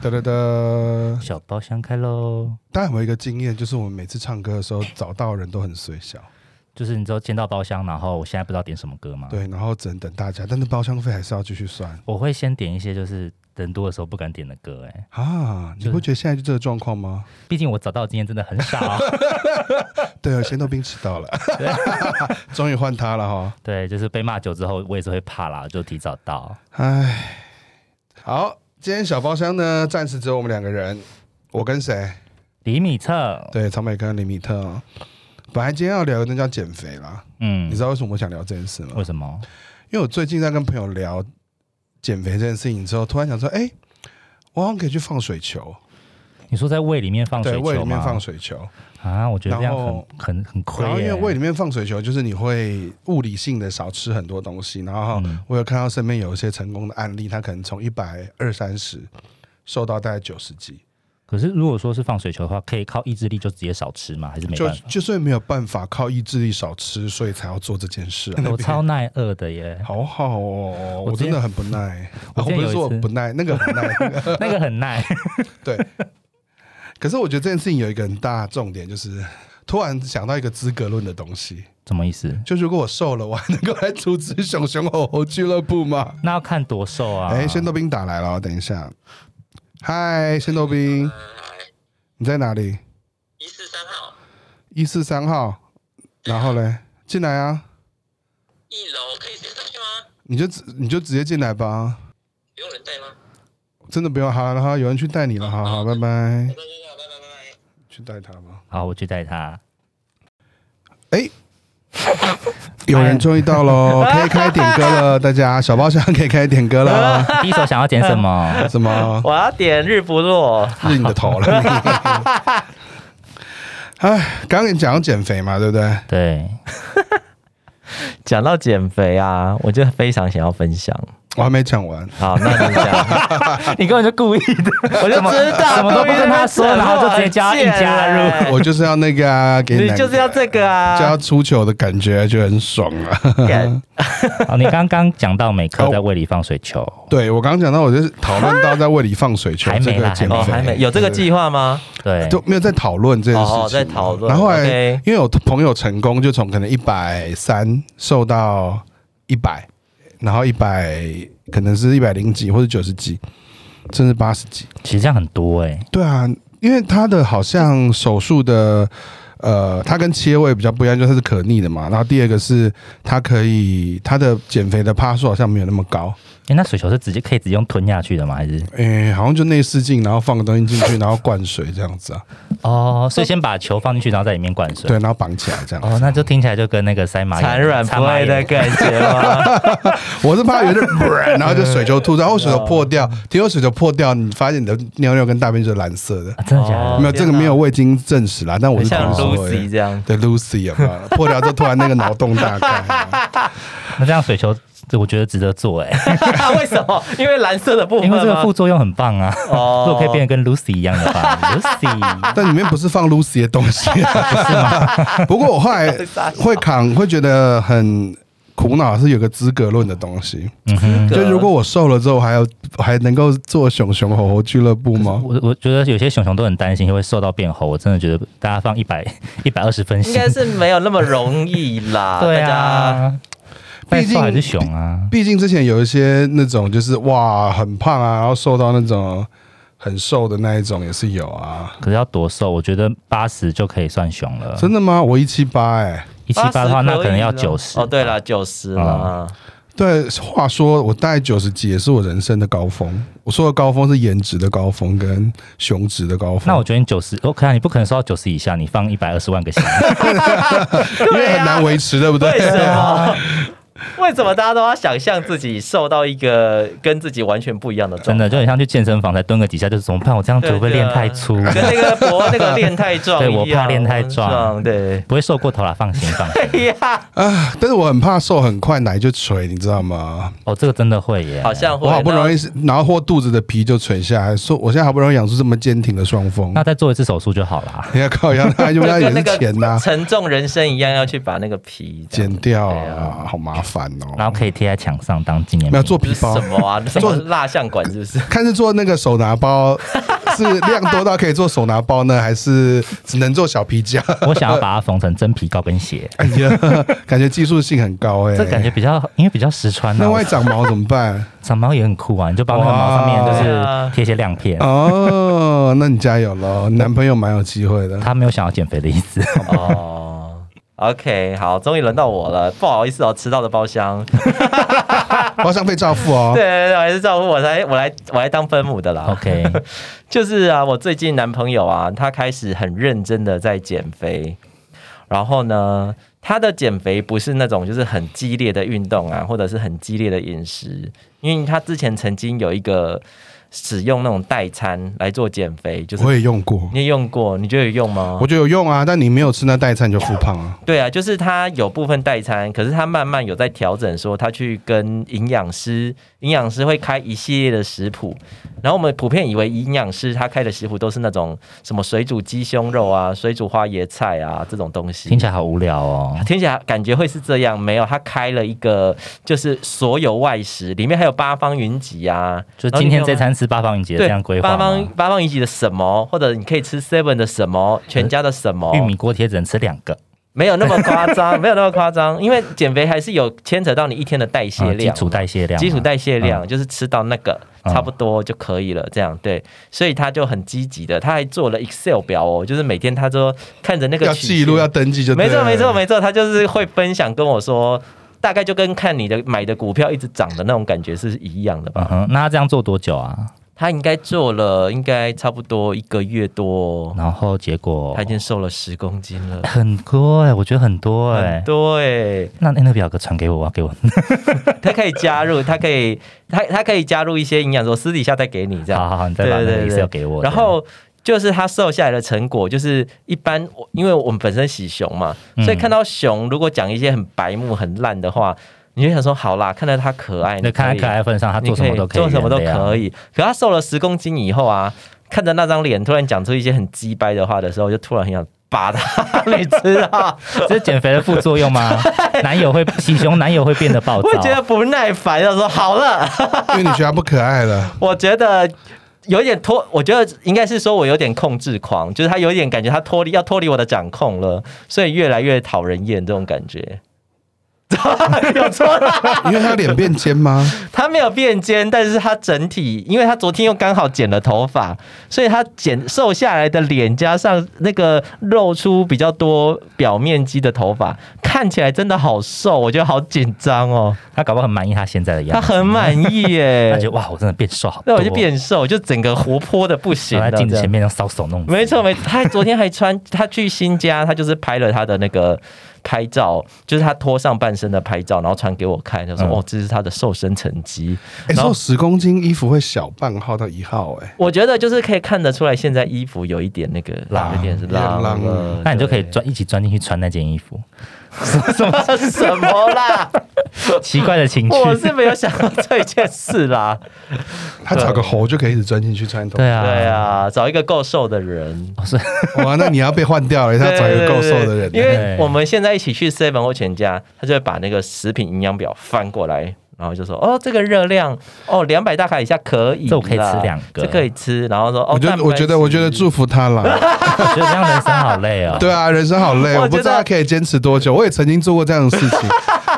哒哒哒！小包厢开喽！大家有没有一个经验，就是我们每次唱歌的时候找到的人都很随小，就是你知道见到包厢，然后我现在不知道点什么歌吗？，对，然后只能等大家，但是包厢费还是要继续算我会先点一些就是人多的时候不敢点的歌、欸，哎，啊！你不觉得现在就这个状况吗？毕竟我找到的经验真的很哦少。 对，咸豆冰迟到了，终于换他了哈！对，就是被骂久之后，我也是会怕啦，就提早 到。唉，好，今天小包厢呢，暂时只有我们两个人，我跟谁？李米特，对，草莓跟李米特哦、本来今天要聊那叫减肥啦，嗯你，知道为什么我想聊这件事吗？为什么？因为我最近在跟朋友聊减肥这件事情之后，突然想说，哎、我好像可以去放水球，你说在胃里面放水对，球吗？胃里面放水球。啊，我觉得这样然后很很很亏、然后因为欸胃里面放水球，就是你会物理性的少吃很多东西。然后嗯我有看到身边有一些成功的案例，他可能从一百二三十瘦到大概九十几，可是如果说是放水球的话，可以靠意志力就直接少吃吗？还是没就办法？就是没有办法靠意志力少吃，所以才要做这件事、 啊。，我超耐饿的耶好好哦，我我之前真的很不耐。我我之前不是有一说我次不耐，那个很耐，那个那个很 耐。对，可是我觉得这件事情有一个很大的重点，就是突然想到一个资格论的东西，什么意思？就如果我瘦了，我还能够来阻止熊熊吼吼俱乐部吗？那要看多瘦啊！哎、仙豆冰打来了哦，等一下。嗨，仙豆冰，你在哪里？一四三号一四三号，然后嘞，进来啊，一楼可以直接上去吗？你就直你就直接进来吧，不用人带吗？真的不用，好了好，有人去带你了，好好，拜拜拜，拜拜拜拜拜。去带他吧。好，我去带他。有人终于到 喽，可以开点歌了，大家小包厢 可以开点歌 了。 第一首想要点什 么？什么？ 我要点日不落，日你的头了。 哎，刚刚你讲要减肥嘛，对不对？对，讲到减肥啊，我就非常想要分享。我还没讲 完。好，那 你讲， 你根本就故意 的，我就怎么知道什么都不跟他说，故意在那然边后就直接叫他硬加很入贱。欸我就是要那个啊，给你男就是要这个就要啊。出糗的感觉，就很爽 啊。干好，哦你刚刚讲到美克在胃里放水球，对我刚刚讲到，我就是讨论到在胃里放水球还这没个啦减肥，哦，还没有这个计划吗？对，就没有在讨论这件事情，哦在讨论然后后来 OK 因为有朋友成功，就从可能一百三瘦到一百，然后一百可能是一百零几或者九十几，甚至八十几。其实这样很多哎、对啊，因为他的好像手术的，呃，它跟切胃比较不一样，就是它是可逆的嘛。然后第二个是它可以，它的减肥的趴数好像没有那么高，哎，那水球是直接可以直接用吞下去的吗？还是诶、好像就内视镜，然后放个东西进去，然后灌水这样子啊，哦，所以先把球放进去，然后在里面灌水。对，然后绑起来这样。哦，那就听起来就跟那个塞哎马产卵不会的个感觉 吗？我是怕有 点，哎然后就水球吐出来，然后水球破掉，嗯听说水球破掉，你发现你的尿尿跟大便就是蓝色的，啊，真的假哦的？没有这个天哪没有未经证实啦，但我很是像听说的 Lucy 这样。对 Lucy 有没有破掉之后突然那个脑洞大 开？那这样水球，我觉得值得做哎、 为什么？因为蓝色的部分因为吗这个副作用很棒啊。哦如果可以变得跟 Lucy 一样的话，Lucy 但里面不是放 Lucy 的东西、啊 不过我后来会扛，会觉得很苦恼，是有个资格论的东西。嗯哼，啊就如果我瘦了之后，还要还能够做熊熊猴猴俱乐部吗？我我觉得有些熊熊都很担心会受到变猴，我真的觉得大家放一百一百二十分应心，该是没有那么容易啦。对大家，啊，但毕竟瘦还是熊 啊，毕竟之前有一些那种就是哇很胖啊，然后瘦到那种很瘦的那一种也是有啊。可是要多瘦，我觉得八十就可以算熊了，真的吗？我一七八哎，一七八的话， 80那可能要以了九十啊哦，对了，九十啦。对，话说我大概九十几也是我人生的高峰。我说的高峰是颜值的高峰跟雄值的高峰。那我觉得你九十，OK 啊，你不可能瘦到九十以下，你放一百二十万个心，因为很难维持， 对不啊对？啊为什啊么？ 为什么大家都要想象自己瘦到一个跟自己完全不一样的真状态？的就很像去健身房才蹲个几下，就是怎么办？我这样子会不会对对练啊太 粗？跟那个博那个练太壮一 对样，我怕练太壮对。不会瘦过头啦，放心 放心。哎呀，啊， 但是我很怕瘦，很快奶就垂，你知道吗？哦，这个真的会耶，好像会我好不容易易是，然后或肚子的皮就垂下来，说我现在好不容易养出这么坚挺的双峰那，再做一次手术就好啦。你要靠腰， 那就那也是钱呐、沉重人生一样要去把那个皮这样剪掉对啊，好麻烦然哦。后可以贴在墙上当纪念没有。品做哎这皮是包什，么啊？什么蜡像馆是不是？看是做那个手拿 包是量多到可以做手拿包呢，还是只能做小皮夹？我想要把它缝成真皮高跟鞋，哎呀，感觉技术性很高哎、这感觉比较，因为比较实穿那万啊一。长毛怎么 办？长毛也很酷啊，你就把那个毛上面就是贴一些亮片。哦，那你加油喽，男朋友蛮有机会的。他没有想要减肥的意思，哦，OK，好，终于轮到我了，不好意思哦，迟到的包厢。包厢被照付哦。对对对，我还是照顾我来，我来，我来当分母的啦。 OK，就是啊，我最近男朋友啊，他开始很认真的在减肥，然后呢，他的减肥不是那种就是很激烈的运动啊，或者是很激烈的饮食，因为他之前曾经有一个使用那种代餐来做减肥，就是我也用过，你也用过，你觉得有用吗我？觉得有用啊，但你没有吃那代餐你就复胖啊。对啊，就是他有部分代餐，可是他慢慢有在调整，说他去跟营养师，营养师会开一系列的食谱，然后我们普遍以为营养师他开的食谱都是那种什么水煮鸡胸肉啊、水煮花椰菜啊这种东西，听起来好无聊哦。听起来感觉会是这样，没有，他开了一个就是所有外食，里面还有八方云集啊，就然今后里面有天这餐吃八方云集的对这样规划八方吗，八方云集的什么，或者你可以吃 seven 的什么，全家的什么，哦玉米锅贴只能吃两个，没有那么夸 张，没有那么夸张，因为减肥还是有牵扯到你一天的代谢啊基量，础代谢量嘛，基础代谢量、啊嗯就是吃到那个嗯差不多就可以了，这样对，所以他就很积极的，他还做了 Excel 表哦，就是每天他说看着那个要曲记录，线要登记就对没错了没错没错，他就是会分享跟我说，大概就跟看你的买的股票一直涨的那种感觉是一样的吧。啊嗯哼，那他这样做多久啊？他应该做了，应该差不多一个月多，然后结哦果他已经瘦了十公斤了，很多哎、我觉得很多哎、很多欸那那个表格传给我，我要给我。他可以加入，他可以，他他可以加入一些营养素，我私底下再给你这好样。好好，你再把那对对个对 Excel 给我。然后就是他瘦下来的成果，就是一般我因为我们本身喜熊嘛，嗯所以看到熊如果讲一些很白目、很烂的话，你就想说好啦，看到它可爱，这样那看你在可以爱份上，他你做什么都可以，做什么都可以。以。可他瘦了十公斤以后啊，看着那张脸，突然讲出一些很鸡掰的话的时候，我就突然很想扒 他，你知道？这是减肥的副作用吗？ 男友会 喜熊，男友会变得暴会觉得躁。啊不耐烦，要说好了。因为你觉得他不可爱 了。我觉得有点脱，我觉得应该是说我有点控制狂，就是他有点感觉他脱离要脱离我的掌控了，所以越来越讨人厌这种感觉。有错啦，因为他脸变尖吗？他没有变尖，但是他整体，因为他昨天又刚好剪了头发，所以他减瘦下来的脸加上那个露出比较多表面积的头发，看起来真的好瘦，我觉得好紧张哦。他搞不好很满意他现在的样他子，很满意他 耶觉，得哇，我真的变瘦好多。那我就变瘦，就整个活泼的不行然后在了。镜这子样前面用搔首弄姿。没错，没错。他昨天还穿，他去新家，他就是拍了他的那个拍照，就是他脱上半身的拍照，然后传给我看，他说：“嗯哦，这是他的瘦身成绩。哎、然瘦后十公斤，衣服会小半号到一号、哎，我觉得就是可以看得出来，现在衣服有一点那个浪有一点是浪有点浪了哎了，那你就可以钻一起钻进去穿那件衣服，对什么啦？ 奇怪的情我趣。是没有想到这件事啦。他找个猴就可以一直钻进去穿头。 对啊，对，啊，找一个够瘦的人，我是哇，那你要被换掉 了，他找一个够瘦的人。对对对因为对我们现在一起去 seven 或全家，他就会把那个食品营养表翻过来，然后就说：“哦，这个热量，哦，两百大卡以下可以啦，这我可以吃两个这可以吃。”然后说：“哦，我觉蛋得，白质我觉得，我觉得祝福他 啦。我觉得这样人生好累哦。对啊，人生好累，我我不知道觉他得可以坚持多久。我也曾经做过这样的 事情，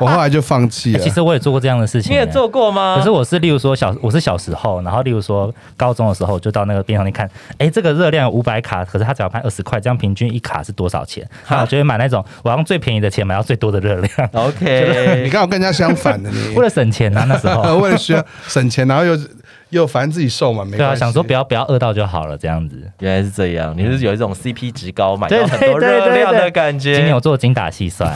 我后来就放弃欸哎了其。实我也做过这样的事情、你也做过啊欸。吗？可是我是，例如说小，我是小时候，然后例如说高中的时候，就到那个便利商店看，哎、这个热量五百卡，可是它只要卖二十块，这样平均一卡是多少钱？哈那我就会买那种我用最便宜的钱买到最多的热量，你 OK，刚好跟人家相反的 你 呃为，了省钱啊，那时候。为了需要省钱，然后又又反正自己瘦嘛，没对关啊，系。想说不要不要饿到就好了，这样子。原来是这样，你是有一种 CP 值高买到对很多对对热量对的对感金觉牛。座精打细算，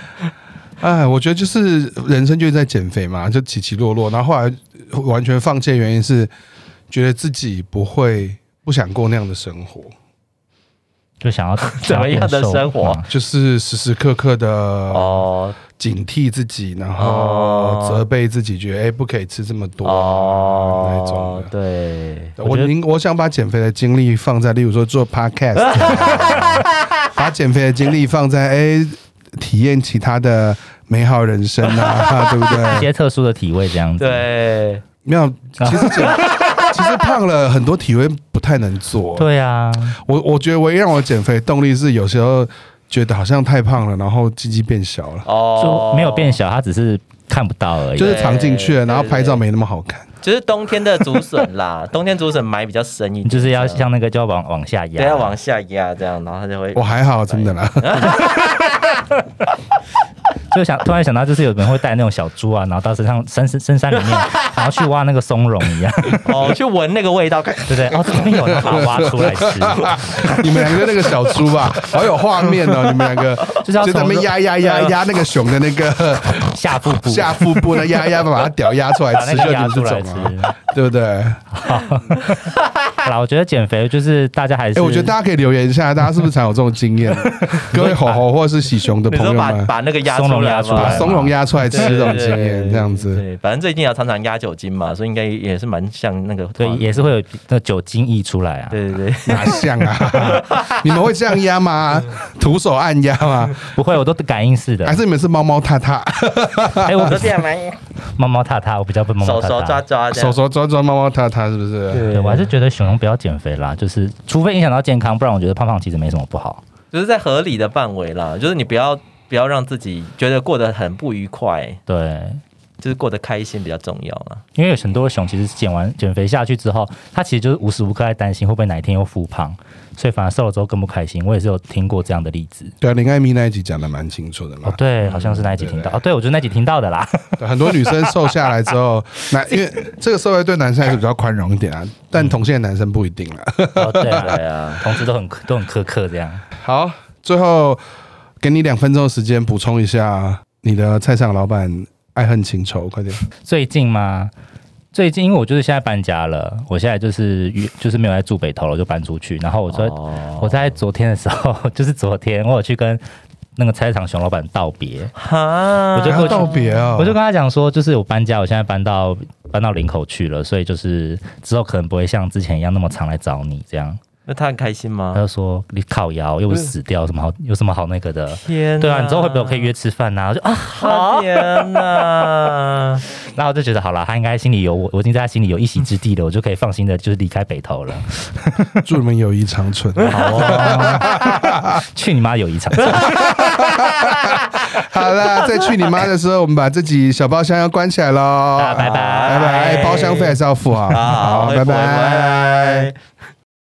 哎，我觉得就是人生就是在减肥嘛，就起起落落，然后后来呃完全放弃的原因是觉得自己不会不想过那样的生活，就想要怎么样的生活嗯就是时时刻刻的哦警惕自己，然哦后责备自己，觉得哎、不可以吃这么多啊那一种哦，的。对，我宁我想把减肥的精力放在，例如说做 podcast，把减肥的精力放在哎、体验其他的美好人生啊， 对不一对？嗯些特殊的体位这样子。，对，没有，其实减其实胖了很多体位不太能做。对啊，我我觉得唯一让我减肥动力是有时候觉得好像太胖了，然后鸡鸡变小了，哦就，没有变，小，它只是看不到而已。啊就是藏进去了，哎对然后拍照没那么好看。就是冬天的竹笋啦， 冬天竹笋埋比较深一点，你就是要这样像那个就要往往下压，啊对，要往下压这样，然后它就会我还好，真的啦。就想突然想到，就是有人会带那种小猪啊，然后到身上深深深山里 面，然后去挖那个松茸一样，哦去闻那个 味道，看对不对？哦，这边有，然后把它挖出来吃，你们两个那个小猪吧，好有画面哦！你们两个就是要就在那边从压压压压那个熊的那个下腹部下腹部，那压压把它屌压出来把吃，那就个你压们出这来种吃。啊，对不对？好啦，我觉得减肥就是大家还哎，是，我觉得大家可以留言一下，大家是不是常有这种经 验？各位吼吼或是喜熊的你朋说友把们，把那个压松茸出来压出来嘛把松茸压出来吃对这种对经对验，这样子。对，反正最近要常常压酒精嘛，所以应该也是蛮像那个对，画面也是会有那个酒精溢出来啊。对对对，哪像啊？ 你们会这样压吗？徒手按压吗？不会，我都感应式的还。是你们是猫猫踏踏，哎，我我不都是这样来， 猫猫踏踏，我比较不猫猫手踏踏。手抓抓这手。样手抓抓，猫猫踏踏，是不是？对，我还是觉得熊熊不要减肥啦，就是除非影响到健康，不然我觉得胖胖其实没什么不好。就是在合理的范围啦，就是你不要不要让自己觉得过得很不愉快，对，就是过得开心比较重要啦。因为有很多熊其实减完减肥下去之后，它其实就是无时无刻在担心会不会哪一天又复胖，所以反而瘦了之后更不开心。我也是有听过这样的例子。对啊，林爱咪那一集讲的蛮清楚的嘛哦，。对，好像是那一集听到。哦，对，我就是那集听到的啦。对很多女生瘦下来之 后，那因为这个社会对男生还是比较宽容一点嗯啊，但同性的男生不一定啦。哦， 对啊，对啊，同志都很啊都很苛刻这样。好，最后给你两分钟的时间补充一下你的菜场老板爱恨情仇，快点。最近吗？最近因为我就是现在搬家了，我现在就是就是没有在住北投了，我就搬出去。然后我在、哦我在昨天的时候， 就是昨天我有去跟那个菜市场熊老板道别，哈，我就还要道别哦，我就跟他讲说，就是我搬家，我现在搬到搬到林口去了，所以就是之后可能不会像之前一样那么常来找你这样。那他很开心他吗？就说你靠腰又不是死掉，有什么好有什么好那个的？天哪，对啊，你之后会不会可以约吃饭呐、啊？我就啊，好？天 哪，然后我就觉得好啦，他应该心里有我，我已经在他心里有一席之地了，我就可以放心的，就是离开北投了。祝你们友谊长 存。好哦， 去你妈友谊场！好了，在去你妈的时候，我们把自己小包厢要关起来喽。大家拜拜拜拜，包厢费还是要付啊。好，好，会拜不会拜。拜拜。